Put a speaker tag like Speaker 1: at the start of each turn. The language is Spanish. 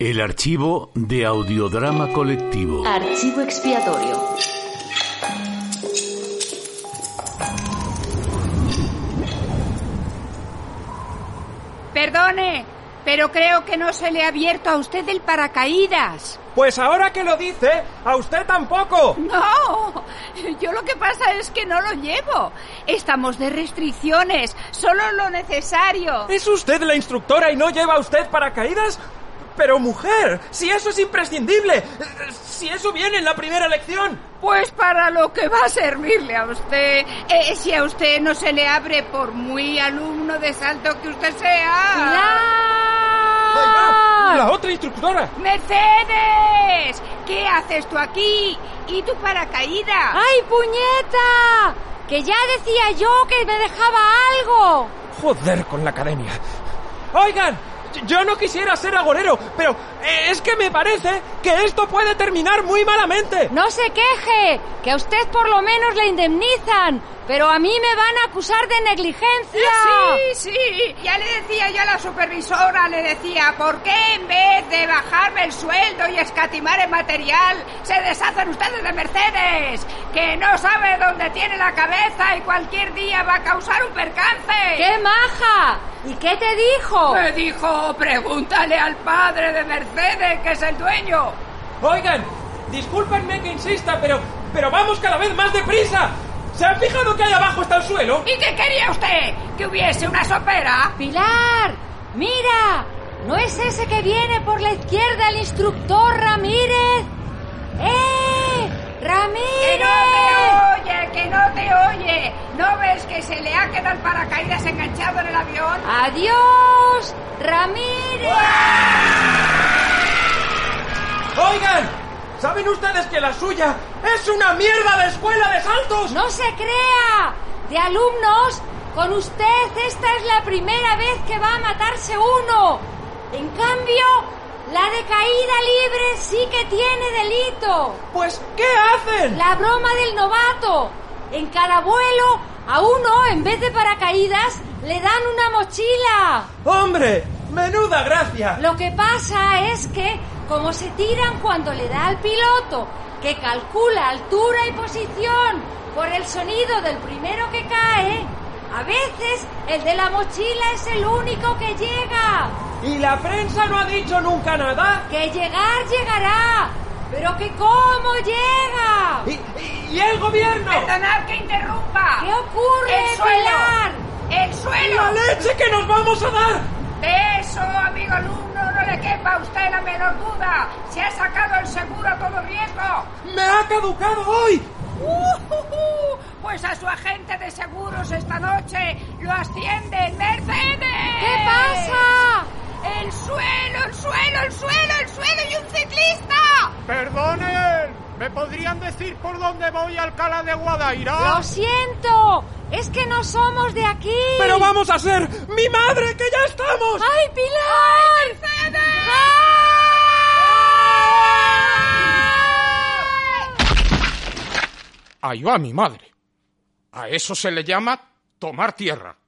Speaker 1: El archivo de audiodrama colectivo.
Speaker 2: Archivo expiatorio.
Speaker 3: Perdone, pero creo que no se le ha abierto a usted el paracaídas.
Speaker 4: Pues ahora que lo dice, a usted tampoco.
Speaker 3: No, yo lo que pasa es que no lo llevo. Estamos de restricciones, solo lo necesario.
Speaker 4: ¿Es usted la instructora y no lleva usted paracaídas? Pero mujer, si eso es imprescindible, si eso viene en la primera lección.
Speaker 3: Pues para lo que va a servirle a usted, eh, si a usted no se le abre por muy alumno de salto que usted sea.
Speaker 4: Ah, La otra instructora.
Speaker 3: ¡Mercedes! ¿Qué haces tú aquí? ¿Y tu paracaídas?
Speaker 5: ¡Ay, puñeta! Que ya decía yo que me dejaba algo.
Speaker 4: Joder con la academia. Oigan, yo no quisiera ser agorero, pero eh, es que me parece que esto puede terminar muy malamente.
Speaker 5: No se queje, que a usted por lo menos le indemnizan, pero a mí me van a acusar de negligencia.
Speaker 3: Sí, sí. Ya le decía yo a la supervisora, le decía, ¿por qué en vez de bajarme el sueldo y escatimar el material, se deshacen ustedes de Mercedes? Que no sabe dónde tiene la cabeza y cualquier día va a causar un percance.
Speaker 5: ¡Qué maja! ¿Y qué te dijo?
Speaker 3: Me dijo, pregúntale al padre de Mercedes, que es el dueño.
Speaker 4: Oigan, discúlpenme que insista, pero, pero vamos cada vez más deprisa. ¿Se han fijado que ahí abajo está el suelo?
Speaker 3: ¿Y qué quería usted? ¿Que hubiese una sopera?
Speaker 5: Pilar, mira, no es ese que viene por la izquierda el instructor Ramírez. ¡Eh!
Speaker 3: ¡Que
Speaker 5: ¡Ramírez!
Speaker 3: no te oye! ¡Que no te oye! ¿No ves que se le ha quedado el paracaídas enganchado en el avión?
Speaker 5: ¡Adiós! ¡Ramírez!
Speaker 4: Oigan, ¿saben ustedes que la suya es una mierda de escuela de saltos?
Speaker 5: ¡No se crea! De alumnos, con usted esta es la primera vez que va a matarse uno. En cambio, la de caída libre sí que tiene delito.
Speaker 4: Pues, ¿qué hacen?
Speaker 5: La broma del novato. En cada vuelo, a uno, en vez de paracaídas, le dan una mochila.
Speaker 4: ¡Hombre! ¡Menuda gracia!
Speaker 5: Lo que pasa es que, como se tiran cuando le da al piloto, que calcula altura y posición por el sonido del primero que cae, a veces el de la mochila es el único que llega.
Speaker 4: ¿Y la prensa no ha dicho nunca nada?
Speaker 5: Que llegar llegará, pero que cómo llega.
Speaker 4: ¿Y, y el gobierno?
Speaker 3: Perdonad que interrumpa.
Speaker 5: ¿Qué ocurre,
Speaker 3: El suelo.
Speaker 5: Pilar?
Speaker 3: ¡El
Speaker 4: ¡La
Speaker 3: suelo!
Speaker 4: leche que nos vamos a dar!
Speaker 3: De eso, amigo alumno, no le quepa a usted la menor duda. Se ha sacado el seguro a todo riesgo.
Speaker 4: ¡Me ha caducado hoy!
Speaker 5: ¡Uh!
Speaker 3: ¡Ujujú! Pues a su agente de seguros esta noche lo asciende Mercedes.
Speaker 5: ¿Qué pasa?
Speaker 3: El suelo, el suelo, el suelo, el suelo y un ciclista.
Speaker 6: ¡Perdonen! ¿Me podrían decir por dónde voy a Alcalá de Guadaira?
Speaker 5: Lo siento, es que no somos de aquí.
Speaker 4: ¡Pero vamos a ser mi madre que ya estamos!
Speaker 5: ¡Ay, Pilar!
Speaker 6: Ahí va mi madre. A eso se le llama tomar tierra.